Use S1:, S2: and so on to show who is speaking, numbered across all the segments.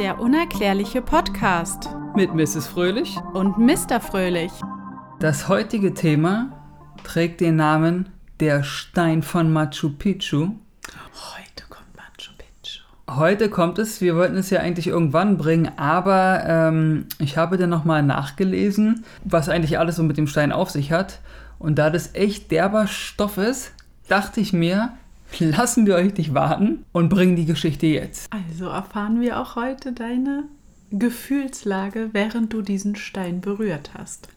S1: Der unerklärliche Podcast
S2: mit Mrs. Fröhlich.
S1: und Mr. Fröhlich.
S2: Das heutige Thema trägt den Namen Der Stein von Machu Picchu.
S1: Heute kommt Machu Picchu.
S2: Heute kommt es, wir wollten es ja eigentlich irgendwann bringen, aber ähm, ich habe dann nochmal nachgelesen, was eigentlich alles so mit dem Stein auf sich hat. Und da das echt derber Stoff ist, dachte ich mir, lassen wir euch nicht warten und bringen die Geschichte jetzt.
S1: Also erfahren wir auch heute deine Gefühlslage, während du diesen Stein berührt hast.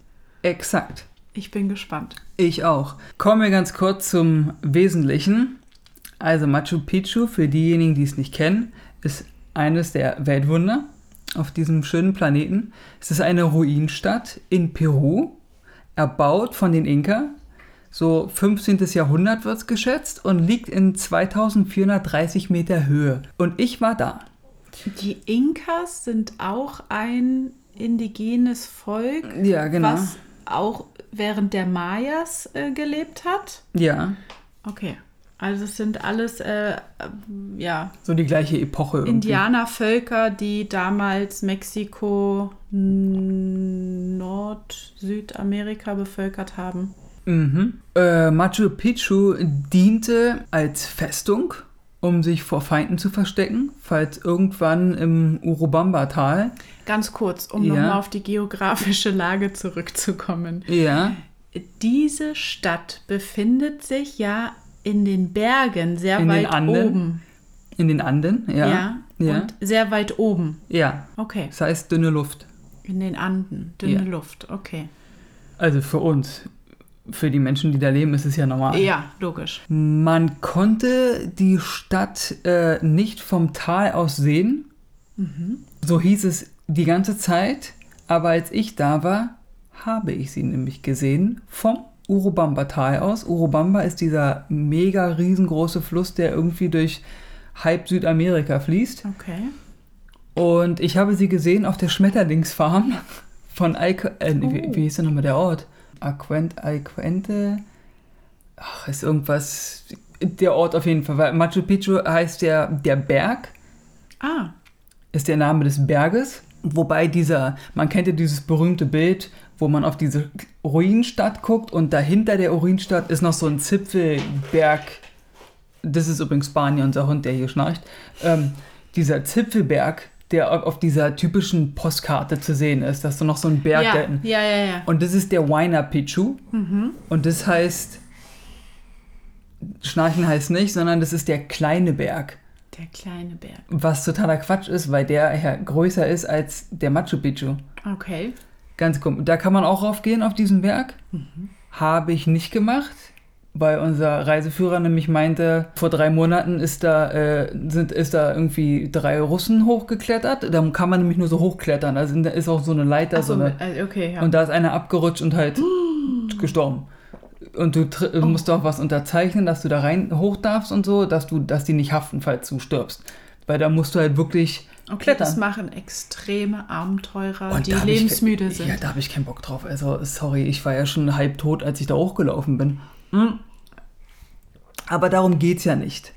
S2: Exakt.
S1: Ich bin gespannt.
S2: Ich auch. Kommen wir ganz kurz zum Wesentlichen. Also Machu Picchu, für diejenigen, die es nicht kennen, ist eines der Weltwunder auf diesem schönen Planeten. Es ist eine Ruinenstadt in Peru, erbaut von den Inka. So 15. Jahrhundert wird es geschätzt und liegt in 2430 Meter Höhe. Und ich war da.
S1: Die Inkas sind auch ein indigenes Volk,
S2: Ja, genau.
S1: was auch während der Mayas äh, gelebt hat.
S2: Ja,
S1: Okay. Also es sind alles äh, äh, ja,
S2: so die gleiche Epoche irgendwie.
S1: Indianervölker, die damals Mexiko, n- Nord-, Südamerika bevölkert haben.
S2: Mhm. Äh, Machu Picchu diente als Festung, um sich vor Feinden zu verstecken, falls irgendwann im Urubamba-Tal.
S1: Ganz kurz, um
S2: Ja.
S1: nochmal auf die geografische Lage zurückzukommen.
S2: Ja,
S1: Diese Stadt befindet sich ja in den Bergen, sehr
S2: In den
S1: weit
S2: Anden?
S1: oben.
S2: in den Anden. Ja.
S1: Ja.
S2: Ja.
S1: Und sehr weit oben.
S2: ja.
S1: Okay.
S2: Das heißt dünne Luft.
S1: In den Anden. Dünne
S2: Ja.
S1: Luft. Okay.
S2: Also für uns, für die Menschen, die da leben, ist es ja normal.
S1: Ja, logisch.
S2: Man konnte die Stadt äh, nicht vom Tal aus sehen. So hieß es die ganze Zeit. Aber als ich da war, habe ich sie nämlich gesehen vom Urubamba-Tal aus. Urubamba ist dieser mega riesengroße Fluss, der irgendwie durch halb Südamerika fließt.
S1: Okay.
S2: Und ich habe sie gesehen auf der Schmetterlingsfarm von Alque... Äh, nee, wie, wie hieß denn nochmal der Ort? Aquent, Alquente... Ach, ist irgendwas... Der Ort auf jeden Fall. Weil Machu Picchu heißt ja der Berg,
S1: Ah,
S2: ist der Name des Berges. Wobei dieser... Man kennt ja dieses berühmte Bild, wo man auf diese Ruinenstadt guckt und dahinter der Ruinenstadt ist noch so ein Zipfelberg... Das ist übrigens Spanier, unser Hund, der hier schnarcht. Ähm, dieser Zipfelberg, der au- auf dieser typischen Postkarte zu sehen ist, dass du noch so ein Berg.
S1: ja,
S2: der,
S1: ja, ja, ja.
S2: und das ist der Huayna Picchu. Und das heißt, Schnarchen heißt nicht, sondern das ist der kleine Berg.
S1: Der kleine Berg.
S2: Was totaler Quatsch ist, weil der ja größer ist als der Machu Picchu.
S1: Okay.
S2: Ganz komisch. Da kann man auch raufgehen auf diesen Berg.
S1: Mhm.
S2: Habe ich nicht gemacht, weil unser Reiseführer nämlich meinte, vor drei Monaten ist da, äh, sind, ist da irgendwie drei Russen hochgeklettert. Da kann man nämlich nur so hochklettern. Da sind- da ist auch so eine Leiter.
S1: Ach so,
S2: so Also eine,
S1: äh, okay, ja.
S2: Und da ist einer abgerutscht und halt gestorben. Und du tr-
S1: Oh.
S2: musst auch was unterzeichnen, dass du da rein hoch darfst und so, dass du, dass die nicht haften, falls du stirbst. Weil da musst du halt wirklich
S1: okay, Das
S2: klettern.
S1: machen extreme Abenteurer, die
S2: da hab ich ke-
S1: lebensmüde sind.
S2: Ja, da habe ich keinen Bock drauf. Also, sorry, ich war ja schon halb tot, als ich da hochgelaufen bin. Hm. Aber darum geht's ja nicht.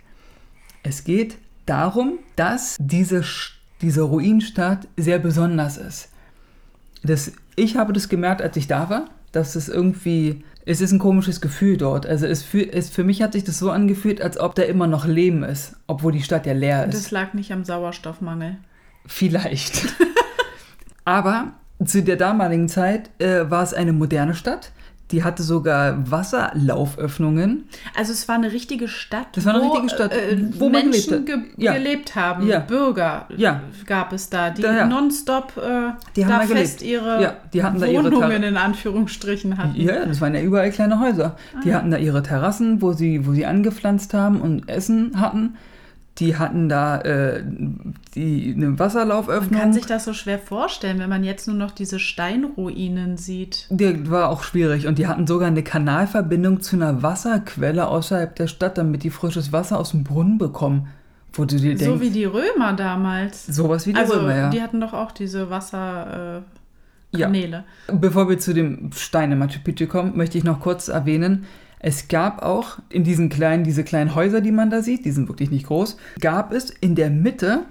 S2: Es geht darum, dass diese, Sch- diese Ruinenstadt sehr besonders ist. Das, ich habe das gemerkt, als ich da war, dass es irgendwie, es ist ein komisches Gefühl dort. Also es für, es, für mich hat sich das so angefühlt, als ob da immer noch Leben ist, obwohl die Stadt ja leer ist.
S1: das lag nicht am Sauerstoffmangel.
S2: Vielleicht. Aber zu der damaligen Zeit äh, war es eine moderne Stadt. Die hatte sogar Wasserlauföffnungen.
S1: Also es war eine richtige Stadt,
S2: Das war eine
S1: wo,
S2: richtige Stadt,
S1: äh,
S2: wo man
S1: Menschen
S2: gelebt hat.
S1: ge
S2: Ja.
S1: gelebt haben,
S2: Ja.
S1: Bürger
S2: Ja.
S1: gab es da, die
S2: Da, ja.
S1: nonstop äh,
S2: Die haben
S1: da
S2: da gelebt.
S1: fest ihre
S2: Ja, die hatten da ihre
S1: Wohnungen
S2: Terra-
S1: in Anführungsstrichen hatten.
S2: Ja, ja, das waren ja überall kleine Häuser.
S1: Ah,
S2: Die hatten da ihre Terrassen, wo sie, wo sie angepflanzt haben und Essen hatten. Die hatten da äh, die, eine Wasserlauföffnung.
S1: Man kann sich das so schwer vorstellen, wenn man jetzt nur noch diese Steinruinen sieht.
S2: Der war auch schwierig und die hatten sogar eine Kanalverbindung zu einer Wasserquelle außerhalb der Stadt, damit die frisches Wasser aus dem Brunnen bekommen. Wo du dir
S1: So
S2: denkst,
S1: wie die Römer damals.
S2: sowas wie der
S1: also
S2: Römer, ja.
S1: die hatten doch auch diese Wasserkanäle. Äh,
S2: Ja.
S1: Kanäle.
S2: Bevor wir zu dem Stein in Machu Picchu kommen, möchte ich noch kurz erwähnen, es gab auch in diesen kleinen, diese kleinen Häuser, die man da sieht, die sind wirklich nicht groß, gab es in der Mitte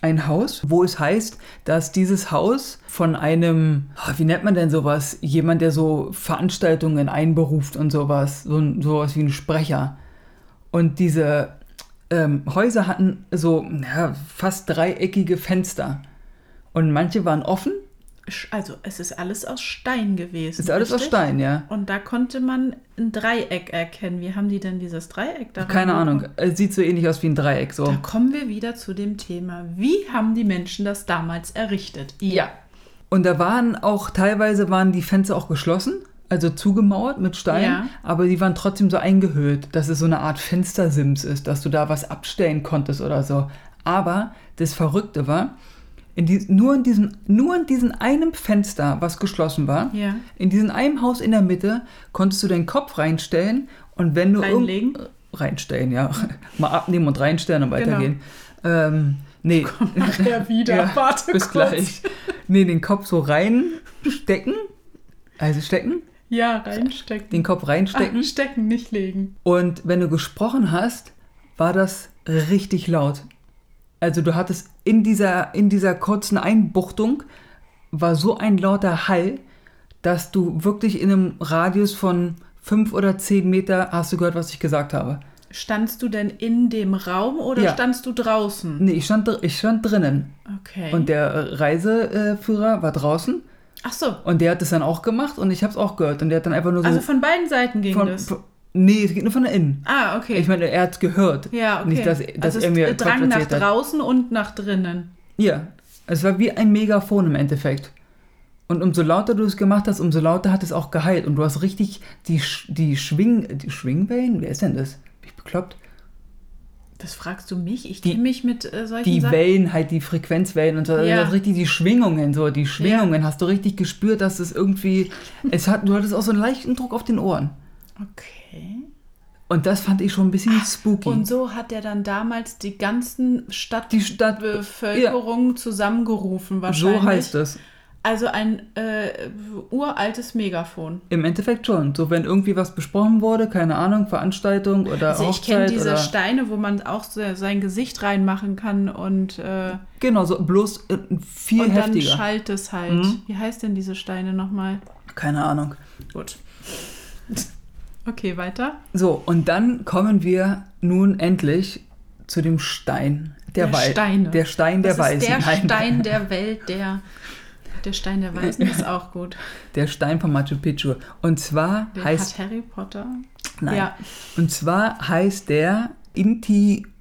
S2: ein Haus, wo es heißt, dass dieses Haus von einem, ah, wie nennt man denn sowas, jemand, der so Veranstaltungen einberuft und sowas, so, ein- sowas wie ein Sprecher. Und diese ähm, Häuser hatten so ja, fast dreieckige Fenster. Und manche waren offen,
S1: Sch- Also, es ist alles aus Stein gewesen.
S2: ist alles aus
S1: richtig?
S2: Stein, ja.
S1: Und da konnte man ein Dreieck erkennen. Wie haben die denn dieses Dreieck da
S2: Keine Ahnung,
S1: reinbekommen?
S2: es sieht so ähnlich aus wie ein Dreieck. So.
S1: Da kommen wir wieder zu dem Thema. Wie haben die Menschen das damals errichtet?
S2: Und da waren auch, teilweise waren die Fenster auch geschlossen, also zugemauert mit Stein,
S1: Ja.
S2: aber die waren trotzdem so eingehüllt, dass es so eine Art Fenstersims ist, dass du da was abstellen konntest oder so. Aber das Verrückte war, in die, nur, in diesem, nur in diesem einem Fenster, was geschlossen war,
S1: Ja.
S2: in diesem einem Haus in der Mitte, konntest du deinen Kopf reinstellen und wenn du irgend-
S1: Reinlegen? Genau.
S2: reinstellen, ja. Mal abnehmen und reinstellen und weitergehen. Ähm, nee.
S1: nachher wieder. Warte
S2: bis
S1: kurz.
S2: gleich. Nee, den Kopf so reinstecken. Also stecken.
S1: Ja, reinstecken.
S2: Den Kopf reinstecken.
S1: Ach, stecken, nicht legen.
S2: Und wenn du gesprochen hast, war das richtig laut. Also du hattest in dieser, in dieser kurzen Einbuchtung war so ein lauter Hall, dass du wirklich in einem Radius von fünf oder zehn Meter hast du gehört, was ich gesagt habe.
S1: Standst du denn in dem Raum oder
S2: Ja.
S1: standst du draußen?
S2: Nee, ich stand, dr- ich stand drinnen.
S1: Okay.
S2: Und der Reiseführer war draußen
S1: Ach so.
S2: und der hat es dann auch gemacht und ich habe es auch gehört. Und der hat dann einfach nur so
S1: Also von beiden Seiten ging
S2: Von,
S1: das.
S2: von, nee, es geht nur von der Innen.
S1: ah, okay.
S2: Ich meine, er hat gehört.
S1: ja, okay.
S2: Nicht, dass, dass
S1: also
S2: er mir
S1: es drang
S2: Quatsch
S1: nach
S2: erzählt hat.
S1: draußen und nach drinnen.
S2: Ja, es war wie ein Megafon im Endeffekt. Und umso lauter du es gemacht hast, umso lauter hat es auch geheilt. Und du hast richtig die, Sch- die Schwing... Die Schwingbellen? Wer ist denn das? Bin ich bekloppt?
S1: Das fragst du mich? Ich
S2: Die-
S1: kenne mich mit äh, solchen
S2: Die
S1: Sachen.
S2: Wellen, halt die Frequenzwellen und so. Also
S1: Ja.
S2: Du hast richtig die Schwingungen, so die Schwingungen. Hast du richtig gespürt, dass es irgendwie... es hat, du hattest auch so einen leichten Druck auf den Ohren.
S1: Okay.
S2: Und das fand ich schon ein bisschen spooky.
S1: Ah, Und so hat er dann damals die ganzen
S2: Die Stadt-
S1: Stadtbevölkerung zusammengerufen wahrscheinlich.
S2: so heißt es.
S1: Also ein äh, uraltes Megafon.
S2: Im Endeffekt schon. So, wenn irgendwie was besprochen wurde, keine Ahnung, Veranstaltung oder
S1: Also ich kenne
S2: Hochzeit
S1: diese
S2: oder
S1: Steine, wo man auch so sein Gesicht reinmachen kann und, äh,
S2: genau so, bloß äh, viel
S1: und dann
S2: heftiger.
S1: schallt es halt.
S2: Mhm.
S1: Wie heißt denn diese Steine nochmal?
S2: Keine Ahnung.
S1: Gut. Okay, weiter.
S2: So und dann kommen wir nun endlich zu dem Stein der,
S1: Der
S2: Wei-
S1: Steine.
S2: Der Stein der
S1: das
S2: Weisen.
S1: ist der
S2: Nein,
S1: Stein der Welt, der, der Stein der Weißen ist auch gut.
S2: der Stein von Machu Picchu. Und zwar
S1: Den
S2: heißt
S1: hat Harry Potter.
S2: nein.
S1: Ja.
S2: Und zwar heißt der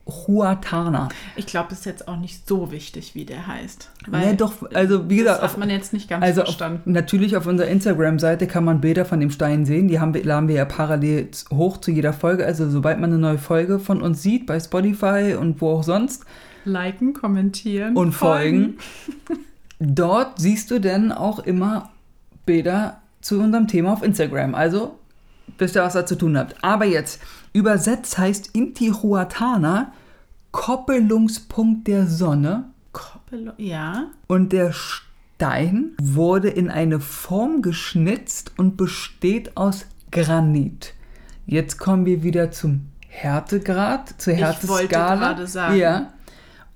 S2: Intihuatana.
S1: Ich glaube, das ist jetzt auch nicht so wichtig, wie der heißt.
S2: Nee, doch, also wie gesagt,
S1: das
S2: auf,
S1: hat man jetzt nicht ganz
S2: Also auf,
S1: verstanden.
S2: natürlich auf unserer Instagram-Seite kann man Bilder von dem Stein sehen. Die haben wir, laden wir ja parallel z- hoch zu jeder Folge. Also sobald man eine neue Folge von uns sieht, bei Spotify und wo auch sonst
S1: Liken, kommentieren
S2: und folgen, dort siehst du dann auch immer Bilder zu unserem Thema auf Instagram. Also wisst ihr, was da zu tun habt. Aber jetzt, übersetzt heißt Intihuatana Koppelungspunkt der Sonne.
S1: Koppel ja.
S2: Und der Stein wurde in eine Form geschnitzt und besteht aus Granit. Jetzt kommen wir wieder zum Härtegrad, zur
S1: Ich
S2: Härteskala.
S1: wollte gerade sagen.
S2: Ja.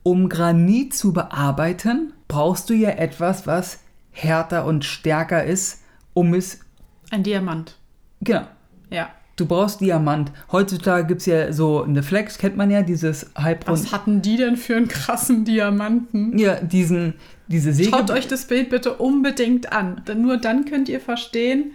S2: Um Granit zu bearbeiten, brauchst du ja etwas, was härter und stärker ist, um es.
S1: Ein Diamant.
S2: Genau.
S1: Ja.
S2: Du brauchst Diamant. Heutzutage gibt es ja so eine Flex, kennt man ja, dieses
S1: Was
S2: halbrund.
S1: hatten die denn für einen krassen Diamanten?
S2: Ja, diesen, diese Säge.
S1: Schaut euch das Bild bitte unbedingt an. Denn nur dann könnt ihr verstehen,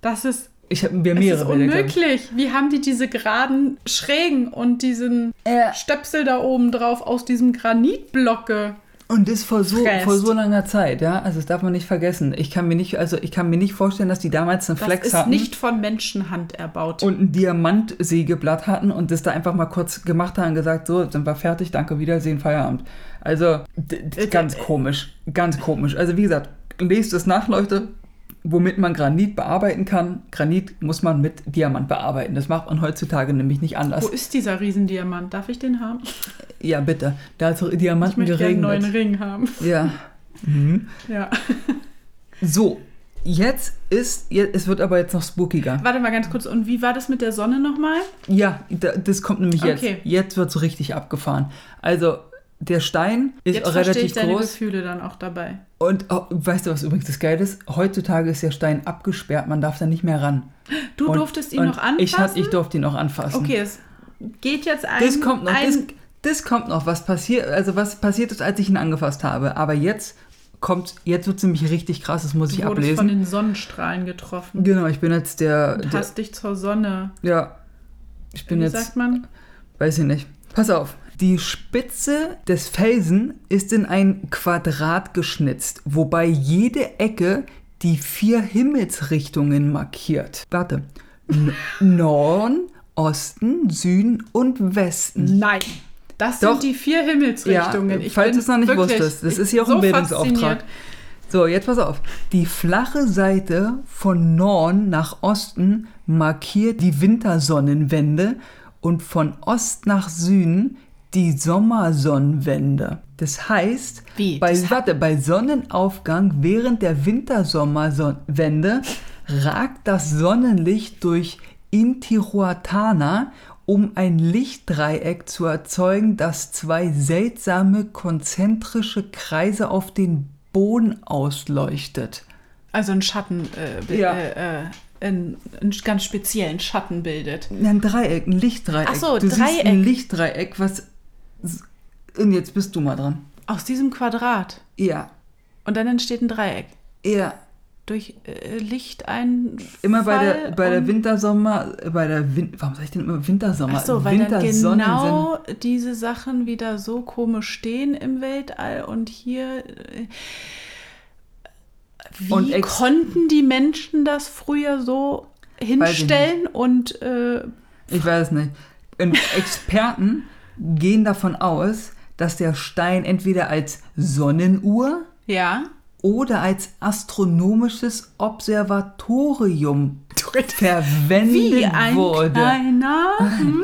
S1: dass es,
S2: ich habe mir
S1: es ist
S2: mehrere Bilder, glaub ich.
S1: unmöglich. Wie haben die diese geraden Schrägen und diesen
S2: Äh,
S1: Stöpsel da oben drauf aus diesem Granitblocke?
S2: Und das vor so,
S1: Fräst.
S2: vor so langer Zeit, ja. Also das darf man nicht vergessen. Ich kann mir nicht, also ich kann mir nicht vorstellen, dass die damals einen
S1: Das
S2: Flex
S1: ist
S2: hatten
S1: nicht von Menschenhand erbaut.
S2: und ein Diamantsägeblatt hatten und das da einfach mal kurz gemacht haben und gesagt, so, sind wir fertig, danke, Wiedersehen, Feierabend. Also d- d-
S1: Äh,
S2: ganz
S1: äh,
S2: komisch, ganz komisch. Also wie gesagt, lest es nach, Leute, womit man Granit bearbeiten kann. Granit muss man mit Diamant bearbeiten. Das macht man heutzutage nämlich nicht anders.
S1: Wo ist dieser Riesendiamant? Darf ich den haben?
S2: Ja, bitte. Da hat so
S1: Ich
S2: Diamanten
S1: möchte gerne einen neuen Ring
S2: geregnet.
S1: haben.
S2: Ja. Mhm.
S1: Ja.
S2: So, jetzt ist, je- es wird aber jetzt noch spookiger.
S1: Warte mal ganz kurz. Und wie war das mit der Sonne nochmal?
S2: Ja, da, das kommt nämlich jetzt.
S1: Okay.
S2: Jetzt wird es richtig abgefahren. Also, der Stein ist
S1: Jetzt verstehe ich
S2: relativ
S1: deine
S2: groß.
S1: Gefühle dann auch dabei.
S2: Und oh, weißt du, was übrigens das Geile ist? Heutzutage ist der Stein abgesperrt, man darf da nicht mehr ran.
S1: Du
S2: und,
S1: durftest ihn
S2: und
S1: noch anfassen?
S2: Ich, hab, ich durfte ihn auch anfassen.
S1: okay, es geht jetzt ein...
S2: Das kommt noch,
S1: ein,
S2: das, das kommt noch, was passiert, also was passiert ist, als ich ihn angefasst habe. Aber jetzt kommt, jetzt wird es nämlich richtig krass, das muss ich
S1: Du wurdest von
S2: ablesen.
S1: den Sonnenstrahlen getroffen
S2: Genau, ich bin jetzt der,
S1: und
S2: der
S1: hast dich zur Sonne...
S2: ja, ich bin
S1: Wie
S2: jetzt,
S1: sagt man?
S2: weiß ich nicht. Pass auf, die Spitze des Felsen ist in ein Quadrat geschnitzt, wobei jede Ecke die vier Himmelsrichtungen markiert. Warte, N- Norden, Osten, Süden und Westen.
S1: Nein. Das
S2: Doch.
S1: sind die vier Himmelsrichtungen.
S2: Ja,
S1: Ich
S2: falls
S1: bin
S2: du es noch nicht
S1: wirklich-
S2: wusstest, das
S1: ich
S2: ist hier auch
S1: so
S2: ein Bildungsauftrag.
S1: fasziniert.
S2: So, jetzt pass auf. Die flache Seite von Norden nach Osten markiert die Wintersonnenwende und von Ost nach Süden die Sommersonnenwende. Das heißt,
S1: Wie?
S2: Bei,
S1: Das-
S2: warte, bei Sonnenaufgang während der Wintersommerwende ragt das Sonnenlicht durch Intihuatana, um ein Lichtdreieck zu erzeugen, das zwei seltsame konzentrische Kreise auf den Boden ausleuchtet.
S1: Also ein Schatten, äh, bi-
S2: Ja.
S1: äh, äh, einen, einen ganz speziellen Schatten bildet.
S2: Ein Dreieck, ein Lichtdreieck.
S1: Ach so,
S2: du Siehst ein
S1: Dreieck.
S2: Lichtdreieck, was. Und jetzt bist du mal dran.
S1: Aus diesem Quadrat.
S2: Ja,
S1: Und dann entsteht ein Dreieck.
S2: ja.
S1: Durch äh, Licht ein.
S2: Immer bei der, bei der Wintersommer, äh, bei der Win warum sag ich denn immer Wintersommer?
S1: Achso, weil dann
S2: Wintersonnen sind-
S1: genau diese Sachen wieder so komisch stehen im Weltall und hier. äh, Wie
S2: Und ex-
S1: konnten die Menschen das früher so
S2: nicht.
S1: hinstellen und äh,
S2: Ich weiß nicht. Und Experten gehen davon aus, dass der Stein entweder als Sonnenuhr
S1: ja.
S2: oder als astronomisches Observatorium verwendet
S1: Wie ein
S2: wurde.
S1: kleiner. Hm.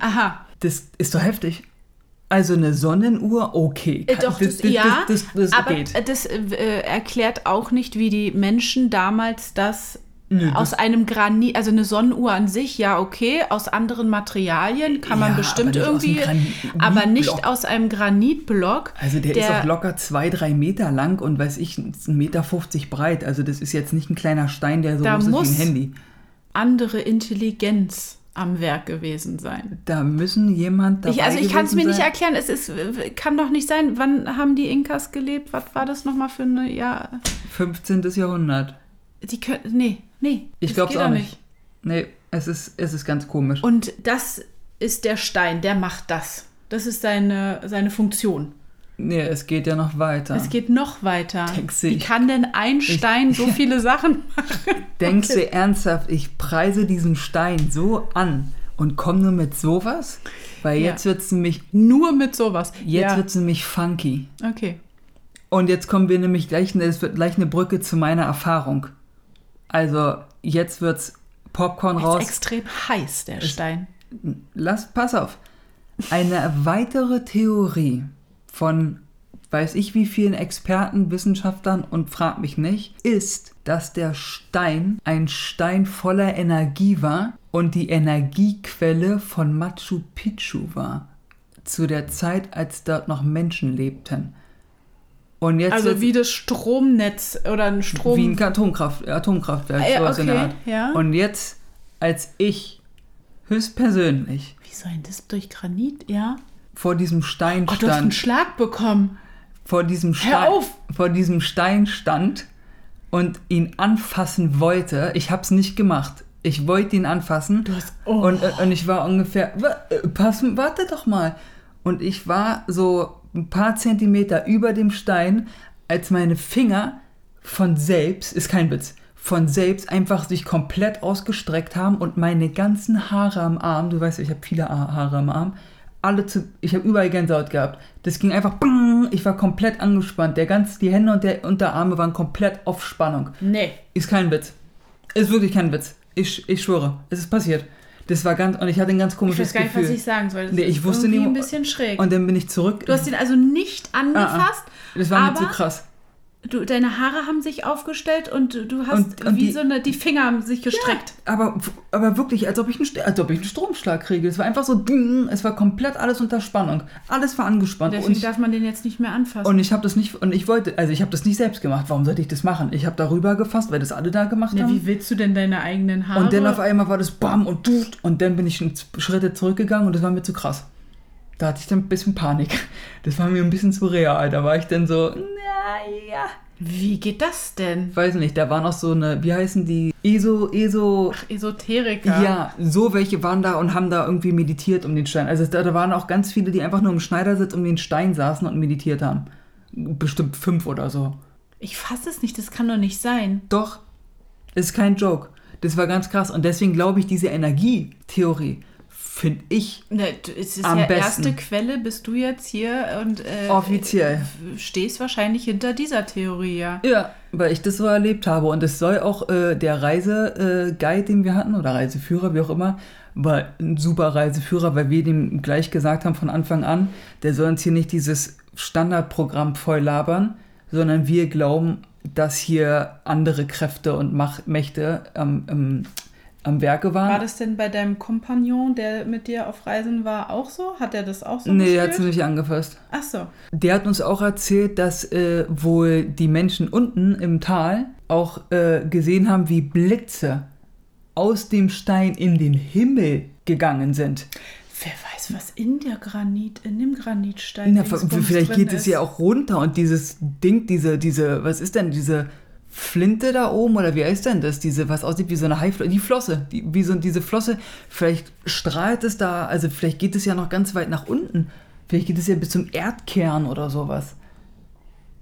S1: Aha.
S2: Das ist doch heftig. Also eine Sonnenuhr, okay.
S1: Äh, Doch, das, ja,
S2: das, das, das
S1: aber
S2: geht.
S1: äh, das äh, erklärt auch nicht, wie die Menschen damals das
S2: Nö, das-
S1: aus einem Granit, also eine Sonnenuhr an sich, ja, okay, aus anderen Materialien kann man
S2: Ja,
S1: bestimmt
S2: aber nicht aus
S1: irgendwie,
S2: einem
S1: aber nicht
S2: Granitblock.
S1: aus einem Granitblock.
S2: Also der, ist doch locker zwei, drei Meter lang und weiß ich, 1,50 Meter breit. Also das ist jetzt nicht ein kleiner Stein, der so
S1: Da
S2: groß ist wie ein
S1: muss-
S2: Handy.
S1: andere Intelligenz am Werk gewesen sein.
S2: Da müssen jemand dabei
S1: Ich, also ich kann es mir
S2: gewesen
S1: nicht
S2: sein.
S1: erklären, es ist, kann doch nicht sein, wann haben die Inkas gelebt, was war das nochmal für eine, ja,
S2: 15. Jahrhundert.
S1: die können, nee, nee.
S2: Ich
S1: das
S2: glaube es
S1: geht
S2: auch
S1: doch
S2: nicht. Nee, es ist, es ist ganz komisch.
S1: Und das ist der Stein, der macht das. Das ist seine, seine Funktion.
S2: nee, es geht ja noch weiter.
S1: Es geht noch weiter.
S2: Denkst du,
S1: Wie
S2: ich-
S1: kann denn ein Stein so viele Sachen machen?
S2: Denkst du ernsthaft, ich preise diesen Stein so an und komme nur mit sowas? Weil
S1: Ja.
S2: jetzt wird es nämlich,
S1: Nur mit sowas.
S2: jetzt
S1: ja.
S2: wird's nämlich funky.
S1: Okay.
S2: Und jetzt kommen wir nämlich gleich, es wird gleich eine Brücke zu meiner Erfahrung. Also jetzt wird's Popcorn
S1: Ist
S2: raus.
S1: extrem heiß, der Stein.
S2: Lass, pass auf. Eine weitere Theorie von weiß ich wie vielen Experten, Wissenschaftlern und frag mich nicht, ist, dass der Stein ein Stein voller Energie war und die Energiequelle von Machu Picchu war. Zu der Zeit, als dort noch Menschen lebten. Und jetzt
S1: Also
S2: wird's-
S1: wie das Stromnetz oder ein Strom.
S2: wie ein Atomkraft, Atomkraftwerk,
S1: Ah, ja,
S2: sowas in der
S1: okay,
S2: Art.
S1: ja.
S2: Und jetzt, als ich höchstpersönlich
S1: wie soll denn das durch Granit? Ja.
S2: vor diesem Stein
S1: Oh, du hast einen
S2: stand,
S1: Schlag bekommen.
S2: vor diesem
S1: Hör
S2: Stein,
S1: auf!
S2: vor diesem Stein stand und ihn anfassen wollte, ich habe es nicht gemacht. Ich wollte ihn anfassen
S1: Du hast- oh.
S2: und, und ich war ungefähr, "Wa- äh, pass, warte doch mal. Und ich war so ein paar Zentimeter über dem Stein, als meine Finger von selbst, ist kein Witz, von selbst einfach sich komplett ausgestreckt haben und meine ganzen Haare am Arm, du weißt, ja, ich habe viele Ha- Haare am Arm, alle zu, ich habe überall Gänsehaut gehabt. Das ging einfach, bang, ich war komplett angespannt. Der ganz, die Hände und der Unterarme waren komplett auf Spannung.
S1: Nee.
S2: Ist kein Witz. Ist wirklich kein Witz. Ich, ich schwöre, es ist passiert. Das war ganz, und ich hatte ein ganz
S1: Ich
S2: komisches
S1: weiß gar nicht,
S2: Gefühl.
S1: was ich sagen soll. Das
S2: Nee, ich
S1: ist
S2: wusste
S1: irgendwie
S2: nie-
S1: ein bisschen schräg.
S2: und dann bin ich zurück.
S1: du hast ihn also nicht
S2: Ah, ah.
S1: angefasst.
S2: das war mir
S1: aber
S2: zu krass.
S3: Du, deine Haare haben sich aufgestellt und du- du hast
S2: Und- und
S3: wie
S2: die-
S3: so eine, die Finger haben sich gestreckt.
S2: Aber, aber wirklich, als ob, ich einen, St- als ob ich einen Stromschlag kriege. Es war einfach so, ding, es war komplett alles unter Spannung. Alles war angespannt.
S3: Deswegen
S2: Und ich,
S3: darf man den jetzt nicht mehr anfassen.
S2: und ich habe das nicht, und ich wollte, also ich habe das nicht selbst gemacht. Warum sollte ich das machen? Ich habe darüber gefasst, weil das alle da gemacht
S1: Na,
S2: haben.
S1: wie willst du denn deine eigenen Haare?
S2: Und dann auf einmal war das bam und tut. Und dann bin ich schon z- Schritte zurückgegangen und das war mir zu krass. Da hatte ich dann ein bisschen Panik. Das war mir ein bisschen zu real. Da war ich dann so, naja.
S1: wie geht das denn?
S2: Weiß nicht, da war noch so eine, wie heißen die? ESO, ESO.
S1: Esoteriker.
S2: Ja. so welche waren da und haben da irgendwie meditiert um den Stein. Also da, da waren auch ganz viele, die einfach nur im Schneidersitz um den Stein saßen und meditiert haben. Bestimmt fünf oder so.
S3: ich fasse es nicht, das kann doch nicht sein.
S2: Doch, ist kein Joke. Das war ganz krass. Und deswegen glaube ich, diese Energietheorie finde ich
S3: Ne, du- es ist
S2: Am
S3: ja
S2: besten.
S3: erste Quelle, bist du jetzt hier und äh,
S2: offiziell.
S3: stehst wahrscheinlich hinter dieser Theorie, ja.
S2: Ja, weil ich das so erlebt habe. Und es soll auch äh, der Reiseguide, äh, Guide, den wir hatten, oder Reiseführer, wie auch immer, war ein super Reiseführer, weil wir dem gleich gesagt haben von Anfang an, der soll uns hier nicht dieses Standardprogramm voll labern, sondern wir glauben, dass hier andere Kräfte und Mach Mächte am, am, am Werke waren.
S1: War das denn bei deinem Kompagnon, der mit dir auf Reisen war, auch so? Hat er das auch so
S2: nee, er hat es
S1: gespürt?
S2: nicht angefasst.
S1: Ach so.
S2: Der hat uns auch erzählt, dass äh, wohl die Menschen unten im Tal auch äh, gesehen haben, wie Blitze aus dem Stein in den Himmel gegangen sind.
S1: Wer weiß, was in der Granit, in dem Granitstein
S2: Na,
S1: Dingsbums
S2: vielleicht
S1: drin
S2: geht es
S1: ist.
S2: ja auch runter und dieses Ding, diese, diese, was ist denn, diese Flinte da oben oder wie heißt denn das? Diese, was aussieht wie so eine Haiflosse, die Flosse, die, wie so diese Flosse, vielleicht strahlt es da, also vielleicht geht es ja noch ganz weit nach unten. Vielleicht geht es ja bis zum Erdkern oder sowas.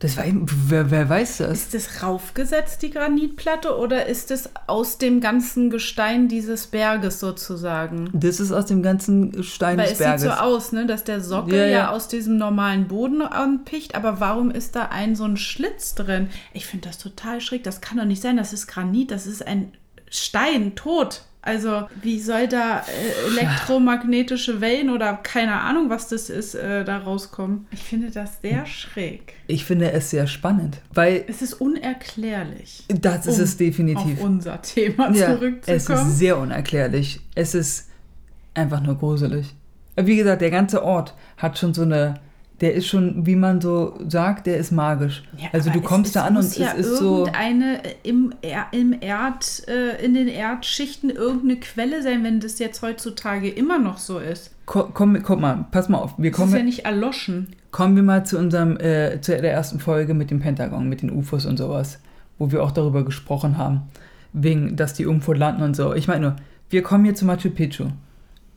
S2: Das weiß, wer, wer weiß
S1: Ist
S2: das?
S1: das raufgesetzt, die Granitplatte, oder ist es aus dem ganzen Gestein dieses Berges sozusagen?
S2: Das ist aus dem ganzen Stein
S1: Weil
S2: des
S1: es sieht
S2: Berges.
S1: so aus, ne, dass der Sockel
S2: Ja,
S1: ja,
S2: ja.
S1: aus diesem normalen Boden anpicht, aber warum ist da ein so ein Schlitz drin? Ich finde das total schräg. Das kann doch nicht sein. Das ist Granit, das ist ein Stein, tot. Also, wie soll da äh, elektromagnetische Wellen oder keine Ahnung, was das ist, äh, da rauskommen? Ich finde das
S2: Hm.
S1: sehr schräg.
S2: ich finde es sehr spannend, weil
S1: Es ist unerklärlich.
S2: das ist
S1: Um
S2: es definitiv.
S1: Auf unser Thema
S2: Ja, es ist
S1: zurückzukommen.
S2: sehr unerklärlich. Es ist einfach nur gruselig. Wie gesagt, der ganze Ort hat schon so eine. Der ist schon, wie man so sagt, der ist magisch.
S1: Ja,
S2: also
S1: aber
S2: du kommst
S1: es,
S2: da an
S1: es
S2: und
S1: muss ja
S2: es ist so.
S1: irgendeine äh, im, Er- im Erd äh, in den Erdschichten irgendeine Quelle sein, wenn das jetzt heutzutage immer noch so ist.
S2: Ko- Komm, komm mal, pass mal auf. Wir
S1: Das ist ja
S2: kommen,
S1: nicht erloschen.
S2: kommen wir mal zu unserem äh, zu der ersten Folge mit dem Pentagon, mit den UFOs und sowas, wo wir auch darüber gesprochen haben, wegen, dass die irgendwo landen und so. Ich meine nur, wir kommen hier zu Machu Picchu.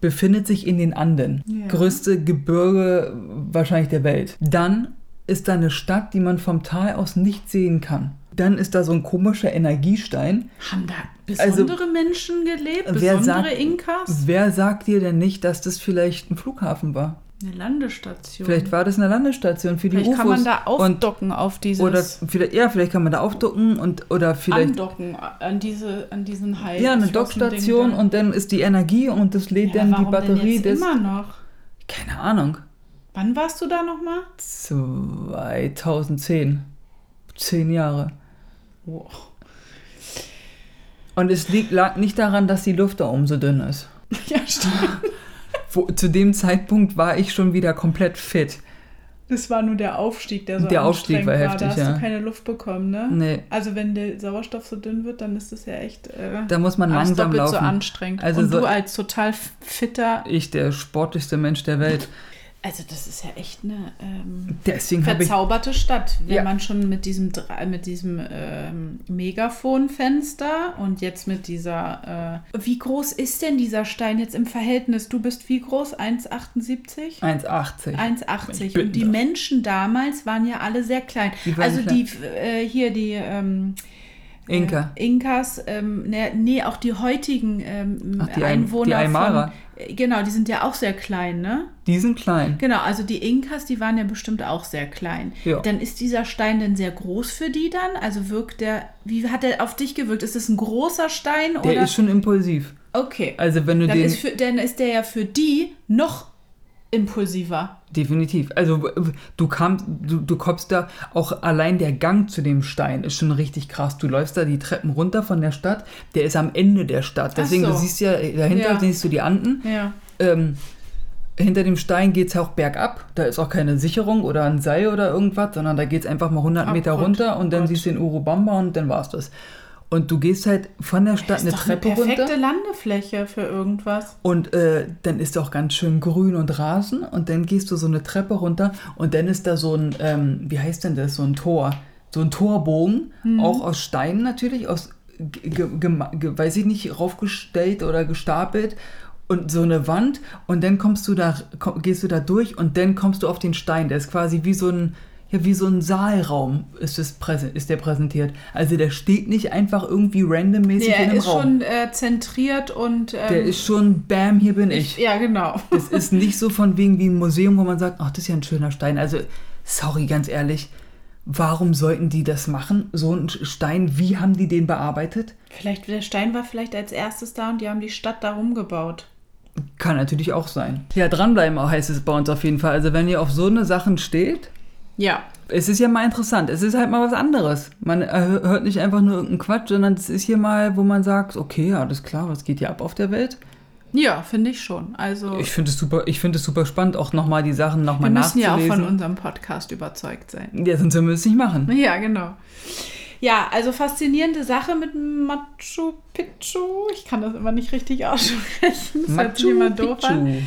S2: Befindet sich in den Anden.
S1: Ja.
S2: Größte Gebirge wahrscheinlich der Welt. Dann ist da eine Stadt, die man vom Tal aus nicht sehen kann. Dann ist da so ein komischer Energiestein.
S1: Haben da
S2: Also,
S1: besondere Menschen gelebt?
S2: wer
S1: Besondere
S2: sagt-
S1: Inkas?
S2: Wer sagt dir denn nicht, dass das vielleicht ein Flughafen war?
S1: Eine Landestation.
S2: Vielleicht war das eine Landestation für die
S1: Mhm. Vielleicht
S2: UFOs.
S1: kann man da
S2: und
S1: aufdocken auf dieses...
S2: Oder vielleicht, ja, vielleicht kann man da aufducken und oder vielleicht
S1: andocken an, diese, an diesen Halt. Hai.
S2: ja eine
S1: geflossenen
S2: Dockstation
S1: Ding
S2: und dann ist die Energie und das
S1: da.
S2: lädt
S1: ja,
S2: dann die
S1: warum
S2: Batterie
S1: denn
S2: des
S1: jetzt immer noch?
S2: keine Ahnung
S1: Wann warst du da nochmal?
S2: 2010 zehn Jahre
S1: Wow.
S2: und es liegt lag nicht daran, dass die Luft da oben so dünn ist.
S1: Ja, stimmt.
S2: Wo, zu dem Zeitpunkt war ich schon wieder komplett fit.
S1: Das war nur der Aufstieg, der so
S2: Der Aufstieg
S1: anstrengend
S2: war
S1: Da
S2: heftig,
S1: hast
S2: ja.
S1: du keine Luft bekommen, ne?
S2: Nee,
S1: Also wenn der Sauerstoff so dünn wird, dann ist das ja echt äh,
S2: da muss man
S1: alles
S2: langsam
S1: doppelt so
S2: laufen.
S1: anstrengend.
S2: Also
S1: Und
S2: so-
S1: du als total f- fitter,
S2: ich der sportlichste Mensch der Welt.
S1: also das ist ja echt eine ähm,
S2: Deswegen habe ich
S1: verzauberte Stadt, wenn
S2: Ja.
S1: man schon mit diesem Dre- mit diesem ähm, Megafonfenster und jetzt mit dieser äh, wie groß ist denn dieser Stein jetzt im Verhältnis? Du bist wie groß? 1,78?
S2: 1,80.
S1: 1,80.
S2: bin
S1: Und die
S2: das.
S1: Menschen damals waren ja alle sehr klein.
S2: Die waren
S1: also
S2: klein.
S1: die f- äh, hier die ähm,
S2: Inka.
S1: äh, Inkas, ähm, ne, nee, auch die heutigen ähm,
S2: Ach, die Ai-
S1: Einwohner.
S2: die Aymara.
S1: Von, äh, genau, die sind ja auch sehr klein, ne?
S2: Die sind klein.
S1: Genau, also die Inkas, die waren ja bestimmt auch sehr klein.
S2: Ja.
S1: Dann ist dieser Stein denn sehr groß für die dann? Also wirkt der, wie hat der auf dich gewirkt? Ist es ein großer Stein
S2: Der
S1: oder?
S2: ist schon impulsiv.
S1: okay.
S2: Also wenn du
S1: Dann
S2: den
S1: ist, für, dann ist der ja für die noch impulsiver.
S2: Definitiv. Also du kamst, du, du kommst da auch allein der Gang zu dem Stein ist schon richtig krass. Du läufst da die Treppen runter von der Stadt. Der ist am Ende der Stadt. Deswegen
S1: so.
S2: du siehst ja dahinter
S1: Ja.
S2: siehst du die Anden.
S1: Ja.
S2: Ähm, hinter dem Stein geht es auch bergab. Da ist auch keine Sicherung oder ein Seil oder irgendwas, sondern da geht es einfach mal 100 Meter
S1: Gott,
S2: runter und dann
S1: Gott.
S2: siehst du den Urubamba und dann war's das. Und du gehst halt von der Stadt
S1: Das
S2: eine
S1: ist doch eine
S2: Treppe
S1: perfekte
S2: runter.
S1: Landefläche für irgendwas.
S2: Und äh, dann ist auch ganz schön grün und Rasen. Und dann gehst du so eine Treppe runter und dann ist da so ein, ähm, wie heißt denn das, so ein Tor. So ein Torbogen,
S1: Mhm.
S2: auch aus Steinen natürlich, aus, ge, ge, gema- ge, weiß ich nicht, raufgestellt oder gestapelt. Und so eine Wand und dann kommst du da, komm, gehst du da durch und dann kommst du auf den Stein. Der ist quasi wie so ein, ja, wie so ein Saalraum ist, es präse, ist der präsentiert. Also der steht nicht einfach irgendwie randommäßig in
S1: Der
S2: einem
S1: ist
S2: Raum.
S1: schon äh, zentriert und. Ähm,
S2: der ist schon, bam, hier bin ich.
S1: Ja, genau.
S2: Es ist nicht so von wegen wie ein Museum, wo man sagt, ach, das ist ja ein schöner Stein. Also, sorry, ganz ehrlich, warum sollten die das machen? So ein Stein, wie haben die den bearbeitet?
S1: Vielleicht, der Stein war vielleicht als erstes da und die haben die Stadt darum gebaut.
S2: Kann natürlich auch sein. Ja, dranbleiben auch heißt es bei uns auf jeden Fall. Also, wenn ihr auf so eine Sachen steht,
S1: Ja.
S2: es ist ja mal interessant. Es ist halt mal was anderes. Man erhö- hört nicht einfach nur irgendeinen Quatsch, sondern es ist hier mal, wo man sagt, okay, ja, alles klar, was geht hier ab auf der Welt?
S1: Ja, finde ich schon. Also,
S2: Ich finde es super, ich finde es super spannend, auch nochmal die Sachen
S1: wir
S2: nochmal
S1: müssen ja auch
S2: nachzulesen.
S1: von unserem Podcast überzeugt sein.
S2: ja, sonst würden wir es nicht machen.
S1: Ja, genau. Ja, also faszinierende Sache mit Machu Picchu. Ich kann das immer nicht richtig aussprechen. Das hört sich immer doof an.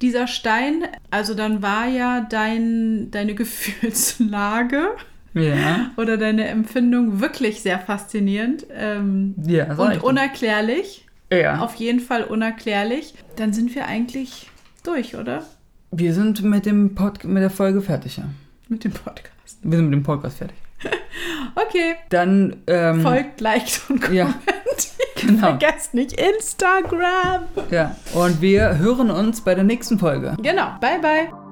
S1: Dieser Stein, also dann war ja dein, deine Gefühlslage
S2: Ja.
S1: oder deine Empfindung wirklich sehr faszinierend ähm,
S2: Ja, das war
S1: und
S2: echt-
S1: unerklärlich.
S2: ja.
S1: Auf jeden Fall unerklärlich. Dann sind wir eigentlich durch, oder?
S2: Wir sind mit, dem Pod mit der Folge fertig, ja.
S1: Mit dem Podcast.
S2: Wir sind mit dem Podcast fertig.
S1: Okay,
S2: Dann, ähm,
S1: folgt, liked und
S2: Ja.
S1: kommentiert.
S2: genau.
S1: Vergesst nicht Instagram.
S2: Ja. Und wir hören uns bei der nächsten Folge.
S1: Genau. Bye, bye.